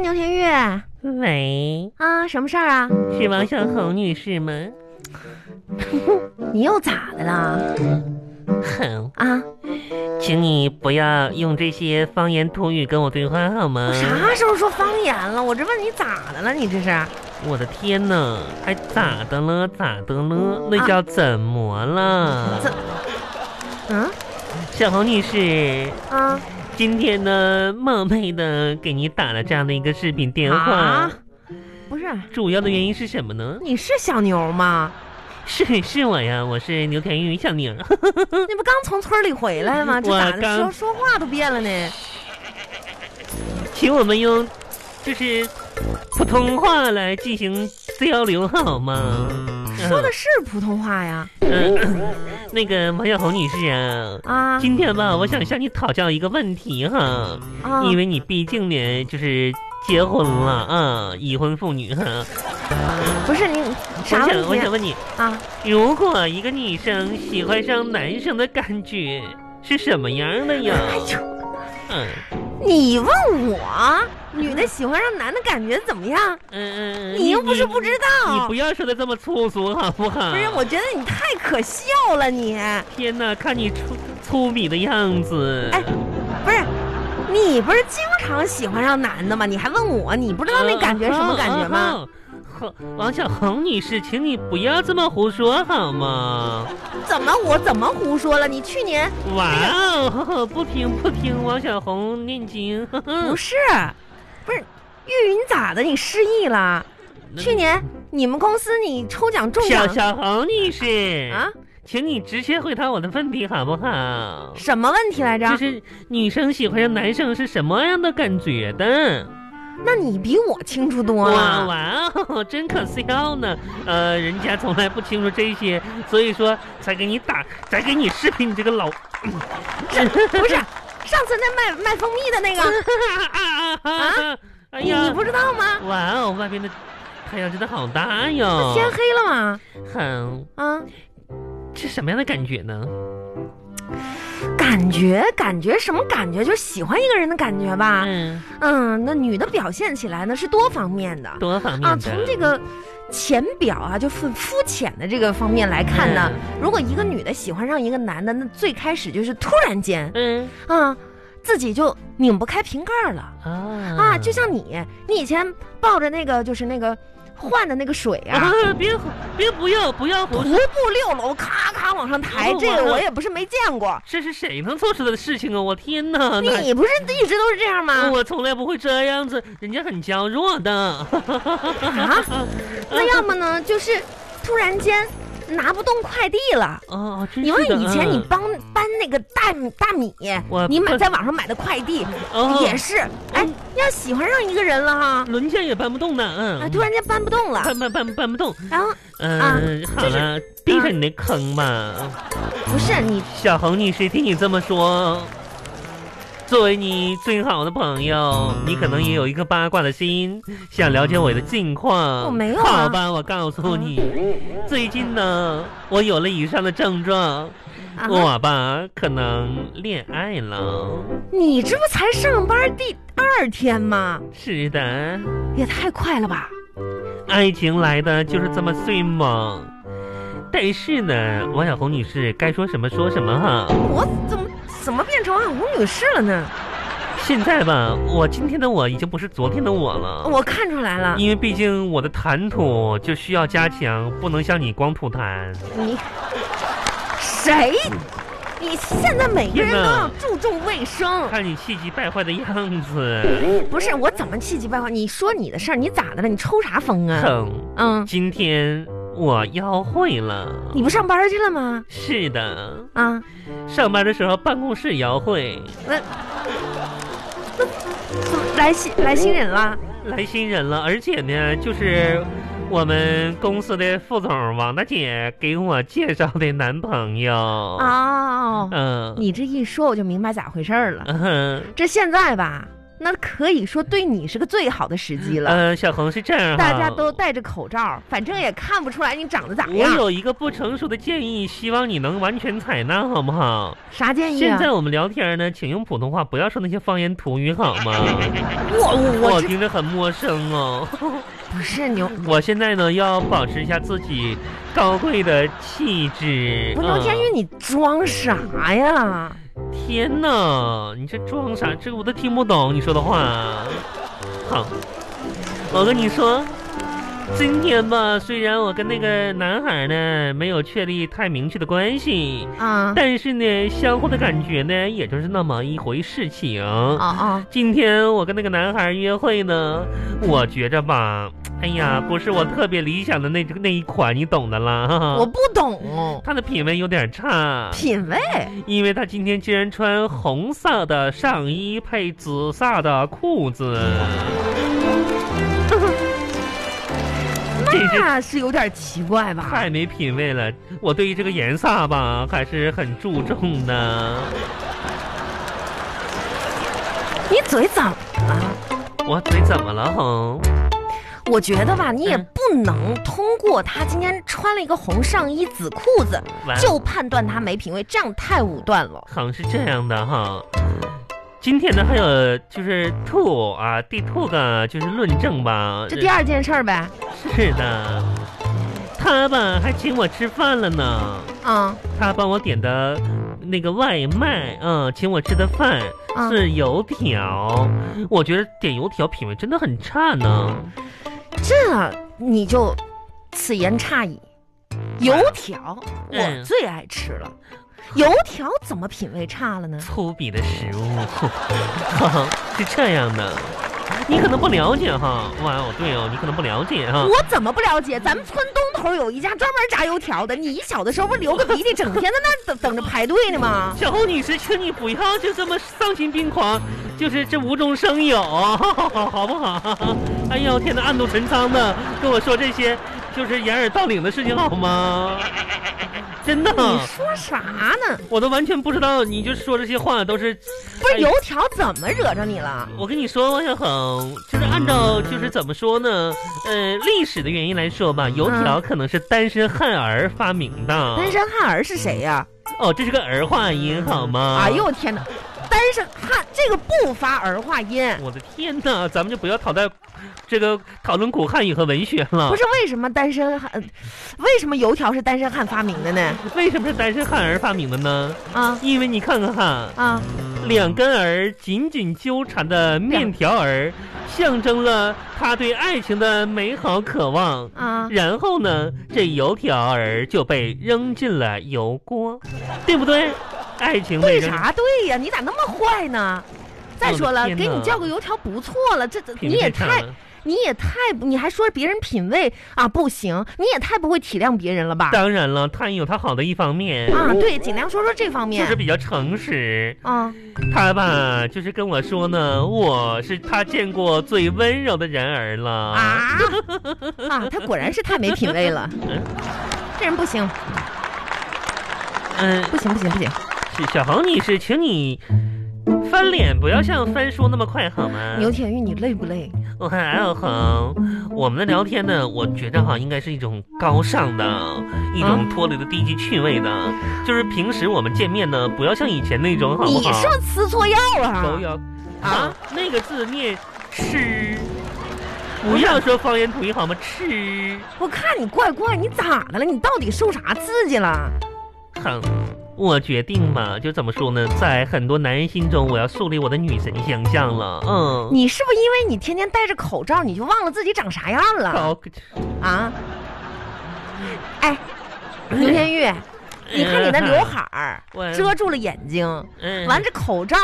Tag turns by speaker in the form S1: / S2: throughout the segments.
S1: 牛田玉
S2: 喂，
S1: 啊，什么事儿啊？
S2: 是王小红女士吗？
S1: 你又咋的了？
S2: 哼，
S1: 啊，
S2: 请你不要用这些方言土语跟我对话好吗
S1: 我？啥时候说方言了？我这问你咋的了？你这是？
S2: 我的天哪，还咋的了？咋的
S1: 啊
S2: 了？那叫怎么了？
S1: 怎？嗯
S2: 小红女士，
S1: 啊
S2: 今天呢，冒昧的给你打了这样的一个视频电话，
S1: 啊！不是，
S2: 主要的原因是什么呢？
S1: 你是小牛吗？
S2: 是是我呀，我是牛田玉小妮儿。
S1: 你不刚从村里回来吗？这
S2: 嗯我
S1: 咋的？
S2: 刚
S1: 说说话都变了呢？
S2: 请我们用就是普通话来进行交流好吗？
S1: 嗯说的是普通话呀？
S2: 嗯、呃那个王小红女士啊，
S1: 啊
S2: 今天吧，我想向你讨教一个问题哈，
S1: 啊！
S2: 因为你毕竟呢就是结婚了啊，已婚妇女哈，
S1: 不是你
S2: 我
S1: 啥
S2: 想我
S1: 问
S2: 想
S1: 题
S2: 问你，
S1: 啊？
S2: 如果一个女生喜欢上男生的感觉是什么样的呀？
S1: 哎呦，
S2: 嗯
S1: 你问我女的喜欢上男的感觉怎么样？
S2: 嗯嗯，
S1: 你又不是不知
S2: 你
S1: 道
S2: 不。要说的这么粗俗好不好？
S1: 不是，我觉得你太可笑了，你
S2: 天呐，看你粗粗鄙的样子，
S1: 哎不是，你不是经常喜欢上男的吗？你还问我，你不知道那感觉什么感觉吗？
S2: 哦？哦哦王小红女士，请你不要这么胡说好吗？
S1: 怎么我怎么胡说了？你去年
S2: 哇哦，不听不听，王小红念经。呵呵
S1: 不是，不是，玉玉你咋的？你失忆了？去年你们公司你抽奖中
S2: 小
S1: 奖
S2: 小红女士
S1: 啊，？
S2: 请你直接回答我的问题好不好？
S1: 什么问题来着
S2: 就？是女生喜欢上男生是什么样的感觉的？
S1: 那你比我清楚多
S2: 哇
S1: 了。
S2: 哇 哦，真可笑呢！呃，人家从来不清楚这些，所以说才给你打，才给你视频你这个老。
S1: 不 是，上次那卖卖蜂蜜的那个，
S2: 啊！哎
S1: 你
S2: 呀
S1: 你，不知道吗？
S2: 哇哦，外边的太阳真的好大
S1: 那
S2: 哟！
S1: 天黑了吗？
S2: 很，
S1: 啊，
S2: 这什么样的感觉呢？
S1: 感觉感觉什么感觉？就是喜欢一个人的感觉吧。
S2: 嗯，
S1: 嗯，那女的表现起来呢是多方面的
S2: 多方面的。
S1: 啊，从这个浅表啊，就肤肤浅的这个方面来看呢，如果一个女的喜欢上一个男的，那最开始就是突然间
S2: 嗯
S1: 啊，自己就拧不开瓶盖儿了。
S2: 啊
S1: 啊，就像你，你以前抱着那个就是那个换的那个水
S2: 啊
S1: 啊，，
S2: 别别不要不要
S1: 徒
S2: 胡说，
S1: 步六楼咔咔往上抬，
S2: 哦
S1: 这
S2: 完
S1: 个
S2: 了
S1: 我也不是没见过。
S2: 这是谁能做出的事情啊！我天哪，那嗯
S1: 你不是一直都是这样吗？
S2: 我从来不会这样子，人家很娇弱的。 哦
S1: 啊，那要么呢，就是突然间拿不动快递了。
S2: 哦，真
S1: 你
S2: 是的
S1: 问以前你
S2: 嗯
S1: 帮搬那个大米大米
S2: 我，
S1: 你买
S2: 不
S1: 在网上买的快递
S2: 哦
S1: 也是，哎，要喜欢上一个人了哈，
S2: 轮圈也搬不动呢，嗯，
S1: 哎，突然间搬不动了，
S2: 搬搬搬搬不动，
S1: 然后
S2: 嗯、
S1: 啊
S2: 好了，闭上你那坑吧。
S1: 不是你
S2: 小红女士，听你这么说，作为你最好的朋友，你可能也有一个八卦的心，想了解我的近况。
S1: 我没有啊
S2: 好吧，我告诉你，最近呢，我有了以上的症状，
S1: 啊，
S2: 我吧可能恋爱了。
S1: 你这不才上班第二天吗？
S2: 是的。
S1: 也太快了吧！
S2: 爱情来的就是这么迅猛。但是呢，王小红女士该说什么说什么哈。
S1: 我怎么怎么变成网红女士了呢？
S2: 现在吧，我今天的我已经不是昨天的我了，
S1: 我看出来了，
S2: 因为毕竟我的谈吐就需要加强，不能像你光吐痰。
S1: 你谁？你现在每个人
S2: 天
S1: 都
S2: 哪
S1: 要注重卫生，
S2: 看你气急败坏的样子，
S1: 不是我怎么气急败坏？你说你的事儿，你咋的了？你抽啥风啊？
S2: 哼，
S1: 嗯，
S2: 今天我要会了。
S1: 你不上班去了吗？
S2: 是的，
S1: 啊，
S2: 上班的时候办公室摇会，
S1: 那那来新来新人了
S2: 来新人了，而且呢，就是我们公司的副总王大姐给我介绍的男朋友。
S1: 哦！
S2: 嗯，
S1: 你这一说我就明白咋回事儿了。
S2: 嗯哼
S1: 这现在吧，那可以说对你是个最好的时机了。
S2: 呃，小红是这样哈，
S1: 大家都戴着口罩，反正也看不出来你长得咋
S2: 我
S1: 样。
S2: 有一个不成熟的建议，希望你能完全采纳，好不好？
S1: 啥建议
S2: 现
S1: 啊？
S2: 在我们聊天呢，请用普通话，不要说那些方言土语，好吗？
S1: 我我
S2: 我
S1: 我这
S2: 听着很陌生哦。
S1: 不是牛，
S2: 我现在呢，要保持一下自己高贵的气质。
S1: 不能
S2: 嗯
S1: 天宇，你装啥呀？
S2: 天呐，你这装啥？这个我都听不懂你说的话。好，我跟你说，今天吧，虽然我跟那个男孩呢没有确立太明确的关系，
S1: 啊
S2: 但是呢，相互的感觉呢，也就是那么一回事情。
S1: 啊啊！
S2: 今天我跟那个男孩约会呢，我觉着吧，哎呀，
S1: 嗯
S2: 不是我特别理想的那那一款，你懂的啦。哈哈
S1: 我不懂
S2: 他的品味有点差，
S1: 品 味，
S2: 因为他今天竟然穿红色的上衣配紫色的裤子， 这是
S1: 那是有点奇怪吧？
S2: 太没品味了。我对于这个颜色吧还是很注重的。
S1: 你嘴怎么了？
S2: 我嘴怎么了，红？
S1: 我觉得吧，你也
S2: 嗯
S1: 不能通过他今天穿了一个红上衣、紫裤子，
S2: 完了
S1: 就判断他没品味，这样太武断了。
S2: 好像是这样的哈。今天呢，还有就是兔啊，第兔个就是论证吧。
S1: 这第二件事儿呗，
S2: 是的，他吧还请我吃饭了呢，
S1: 啊
S2: 他帮我点的那个外卖，嗯，请我吃的饭
S1: 啊！
S2: 是油条，我觉得点油条品味真的很差呢。
S1: 这你就此言差矣。油条
S2: 嗯
S1: 我最爱吃了，油条怎么品味差了呢？
S2: 粗鄙的食物， 是这样的，你可能不了解哈。哇哦，对哦，你可能不了解哈。
S1: 我怎么不了解？咱们村东头有一家专门炸油条的，你小的时候不流个鼻涕，整天在那等等着排队呢吗？
S2: 小红女士，请你不要就这么丧心病狂，就是这无中生有， 好不好？ 哎呦天哪，暗度陈仓的跟我说这些，就是掩耳盗铃的事情好吗？ 真的，
S1: 你说啥呢？
S2: 我都完全不知道，你就说这些话都是
S1: 不是
S2: 哎
S1: 油条怎么惹着你了？
S2: 我跟你说，王小恒，就是按照
S1: 嗯
S2: 就是怎么说呢？呃，历史的原因来说吧，油条可能是单身汉儿发明的。
S1: 嗯单身汉儿是谁呀、
S2: 哦，这是个儿化音好吗？
S1: 哎呦我天哪！单身汉这个不发儿化音，
S2: 我的天哪，咱们就不要讨论这个讨论古汉语和文学了。
S1: 不是为什么单身汉？呃为什么油条是单身汉发明的呢？
S2: 为什么是单身汉儿发明的呢？
S1: 啊
S2: 因为你看看哈，
S1: 啊！
S2: 两根儿紧紧纠缠的面条儿，象征了他对爱情的美好渴望。
S1: 啊
S2: 然后呢，这油条儿就被扔进了油锅，对不对？爱情
S1: 对
S2: 被扔
S1: 啥对呀？你咋那么坏呢？再说了
S2: 我，哦的
S1: 给
S2: 天
S1: 你
S2: 哪
S1: 叫个油条不错了，这这
S2: 品
S1: 你也
S2: 味差
S1: 太
S2: 了
S1: 你也太你还说别人品味啊不行，你也太不会体谅别人了吧？
S2: 当然了，他也有他好的一方面，
S1: 啊，对，尽量说说这方
S2: 就
S1: 面
S2: 是比较诚实。
S1: 啊
S2: 他吧，就是跟我说呢，我是他见过最温柔的人儿了。
S1: 啊啊！他果然是太没品位了，这人不行
S2: 嗯，
S1: 不行不行不行！
S2: 是小红女士，请你翻脸，不要像翻书那么快，好吗？
S1: 牛田玉，你累不累？
S2: 我看 哎呦红，我们的聊天呢，我觉着哈，应该是一种高尚的，
S1: 嗯
S2: 一种脱离了低级趣味的，就是平时我们见面呢，不要像以前那种，好不
S1: 你
S2: 好？
S1: 是不是吃错药
S2: 都
S1: 啊？
S2: 要
S1: 啊，
S2: 那个字念吃，不要说方言土语好吗？吃。
S1: 我看你怪怪，你咋的了？你到底受啥刺激了？
S2: 嗯哼，我决定嘛，就怎么说呢，在很多男人心中，我要树立我的女神形象了。嗯，
S1: 你是不是因为你天天戴着口罩，你就忘了自己长啥样了
S2: 高，
S1: 啊？哎，牛天玉，你看你那刘海儿
S2: 我
S1: 遮住了眼睛，
S2: 嗯
S1: 完这口罩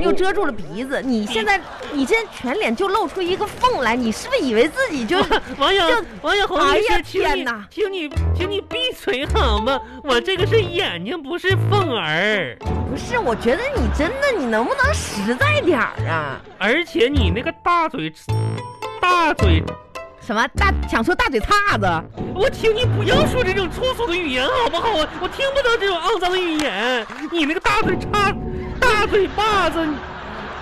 S1: 又遮住了鼻子，你现在你现在全脸就露出一个缝来，你是不是以为自 己就
S2: 王王小
S1: 这
S2: 王小红
S1: 哎
S2: 女
S1: 呀
S2: 士，请
S1: 天
S2: 你
S1: 哪，
S2: 请你，请你闭嘴好吗？我这个是眼睛，不是凤儿。
S1: 不是？我觉得你真的，你能不能实在点儿啊？
S2: 而且你那个大嘴，大嘴，
S1: 什么大想说大嘴叉子？
S2: 我请你不要说这种粗俗的语言好不好？我我听不到这种肮脏的语言。你那个大嘴叉，大嘴巴子，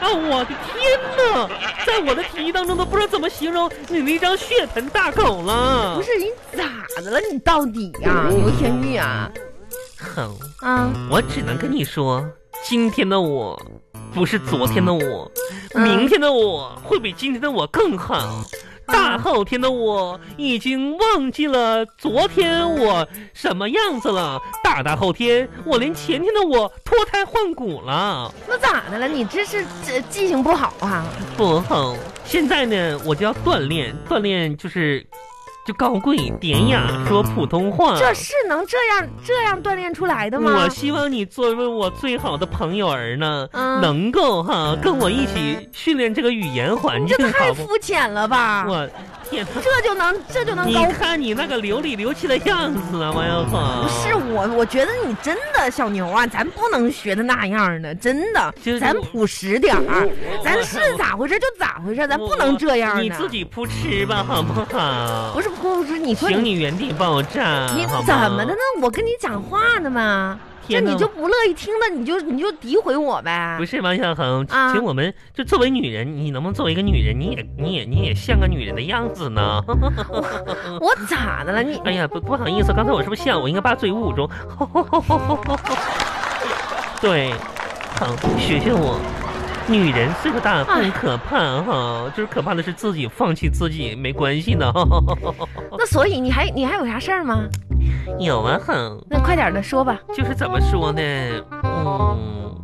S2: 啊，我的天哪，在我的提议当中都不知道怎么形容你那张血盆大口了。
S1: 不是你咋的了？你到底呀、
S2: 嗯
S1: 刘天玉啊
S2: 哼，
S1: 啊！
S2: 我只能跟你说，今天的我不是昨天的我，
S1: 嗯
S2: 明天的我会比今天的我更好。大后天的我已经忘记了昨天我什么样子了，大大后天我连前天的我脱胎换骨了。
S1: 那咋的了？你这是这记性不好啊？
S2: 不哼，现在呢我就要锻炼，锻炼就是就高贵典雅说普通话。
S1: 这是能这样这样锻炼出来的吗
S2: 我？希望你作为我最好的朋友儿呢，
S1: 嗯
S2: 能够哈跟我一起训练这个语言环
S1: 你这
S2: 境，
S1: 太
S2: 好不？
S1: 肤浅了吧！
S2: 我天哪！
S1: 这就能这就能
S2: 你
S1: 高？
S2: 看你那个流里流气的样子啊，王小
S1: 不
S2: 宝。
S1: 是我，我觉得你真的小牛啊，咱不能学的那样的，真的
S2: 就是，
S1: 咱朴实点儿，咱
S2: 我
S1: 是咋回事就咋回事，咱
S2: 我
S1: 不能这样的。
S2: 你自己扑哧吧，好不好？
S1: 不是不是，你说
S2: 请
S1: 你
S2: 你原地爆炸。
S1: 你
S2: 好吗
S1: 怎么的呢？我跟你讲话呢嘛，这
S2: 天哪
S1: 你就不乐意听了，你就你就诋毁我呗
S2: 不？是王小恒，
S1: 啊
S2: 请我们就作为女人，你能不能作为一个女人，你也你也你也像个女人的样子呢？
S1: 我咋的了？你
S2: 哎呀，不不好意思，刚才我是不是像？我应该把嘴捂住。对，好，学学我。女人岁数大
S1: 哎
S2: 不可怕哈，就是可怕的是自己放弃自己，没关系的。
S1: 那所以你还你还有啥事儿吗？
S2: 有啊，哼，
S1: 那快点的说吧。
S2: 就是怎么说呢，嗯，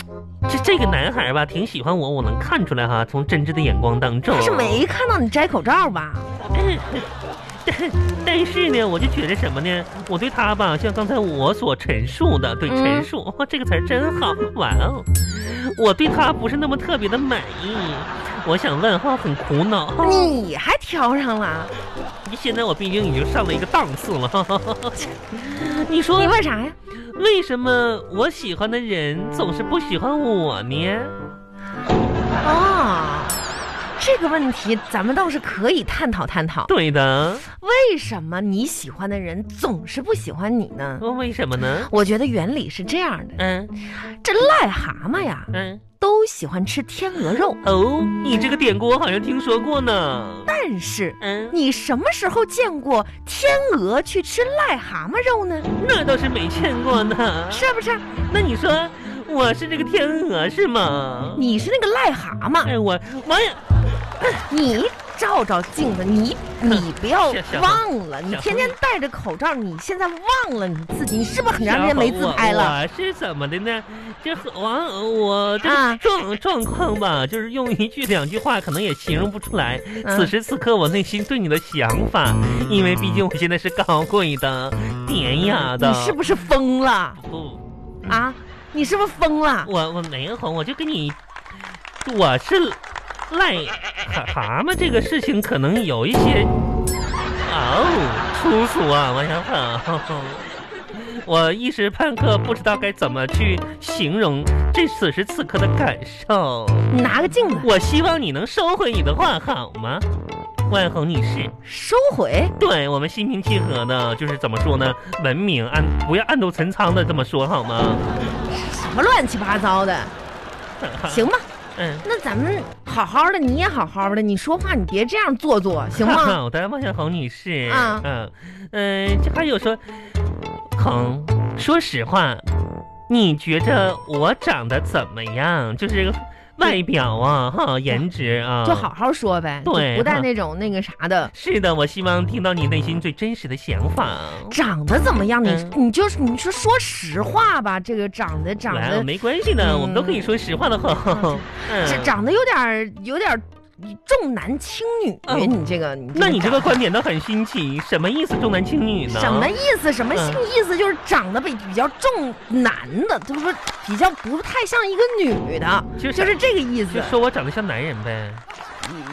S2: 这这个男孩吧，挺喜欢我，我能看出来哈，从真挚的眼光当中。
S1: 他是没看到你摘口罩吧？
S2: 但但是呢，我就觉得什么呢？我对他吧，像刚才我所陈述的，对
S1: 嗯
S2: 陈述、哇这个词儿真好，哇哦！我对他不是那么特别的满意，我想问哈，很苦恼。哈
S1: 你还挑上了？
S2: 现在我毕竟已经上了一个档次了， 哈哈哈哈你说
S1: 你问啥呀？
S2: 为什么我喜欢的人总是不喜欢我呢？
S1: 哦，这个问题咱们倒是可以探讨探讨，
S2: 对的，
S1: 为什么你喜欢的人总是不喜欢你呢？
S2: 为什么呢？
S1: 我觉得原理是这样的，
S2: 嗯
S1: 这癞蛤蟆呀
S2: 嗯，
S1: 都喜欢吃天鹅肉，
S2: 哦，你这个典故我好像听说过呢。
S1: 但是
S2: 嗯，
S1: 你什么时候见过天鹅去吃癞蛤蟆肉呢？
S2: 那倒是没见过呢。
S1: 是不是？
S2: 那你说我是这个天鹅是吗？
S1: 你是那个癞蛤蟆，
S2: 哎，我王呀，
S1: 你照照镜子， 你你不要
S2: 小小
S1: 忘了，你
S2: 小
S1: 天天戴着口罩，你现在忘了你自己，你是不是很长时间
S2: 小
S1: 没
S2: 宝
S1: 自拍了？
S2: 我我是怎么的呢？这和王我这
S1: 啊
S2: 个状、状况吧，就是用一句两句话可能也形容不出来。
S1: 嗯
S2: 此时此刻我内心对你的想法，因为毕竟我现在是高贵的、典雅的。哦
S1: 你是不是疯了
S2: 不？
S1: 啊？你是不是疯了？
S2: 我我没有哄，我就跟你，我是癞蛤蛤蟆这个事情可能有一些，哦，粗俗啊，我想想，我一时半刻不知道该怎么去形容这此时此刻的感受。
S1: 你拿个镜子
S2: 我希望你能收回你的话，好吗？万红女士，
S1: 收回，
S2: 对我们心平气和的，就是怎么说呢？文明暗，不要暗度陈仓的这么说好吗？
S1: 什么乱七八糟的？行吧，
S2: 嗯。
S1: 那咱们好好的，你也好好的，你说话你别这样做作，行 吗？
S2: 好的，万小红女士。
S1: 啊
S2: 嗯嗯，呃这还有说，红，说实话，你觉着我长得怎么样？就是外表啊，哈，颜值啊，
S1: 就。好好说呗，就
S2: 对
S1: 不带
S2: 哈
S1: 那种那个啥的。
S2: 是的，我希望听到你内心最真实的想法。
S1: 长得怎么样？你、
S2: 嗯
S1: 你就是你说说实话吧，这个长得长
S2: 完
S1: 得
S2: 了，没关系的，我们都可以说实话 的，红。
S1: 这
S2: 嗯，
S1: 长得有点儿有点儿重男轻女，
S2: 嗯
S1: 你这个
S2: 那你这个
S1: 长
S2: 观点倒很新奇，什么意思？重男轻女呢？
S1: 什么意思？什么
S2: 嗯
S1: 意思？就是长得比比较重男的，就是说比较不太像一个女的，
S2: 就是
S1: 就是这个意
S2: 就
S1: 思，
S2: 说我长得像男人呗？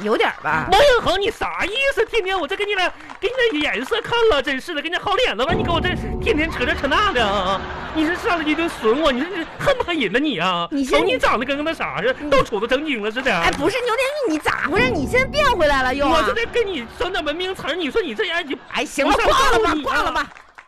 S1: 有点儿吧。
S2: 王永恒，你啥意思？天天我这给你俩给你俩眼色看了，真是的，给你俩好脸子吧？你给我这天天扯这扯那的 啊！你是上来就一顿损我，你是恨不恨人呢你啊？
S1: 你先
S2: 瞅你长得跟个那啥似的，到处都成精了似的。
S1: 哎，不是牛天玉，你咋回事？你现在变回来了又、
S2: 嗯我
S1: 啊
S2: 这？在跟你整点文明词儿，你说你这样就
S1: 哎，行了，
S2: 不是
S1: 挂了
S2: 我告
S1: 吧
S2: 诉，你
S1: 挂了
S2: 啊
S1: 吧。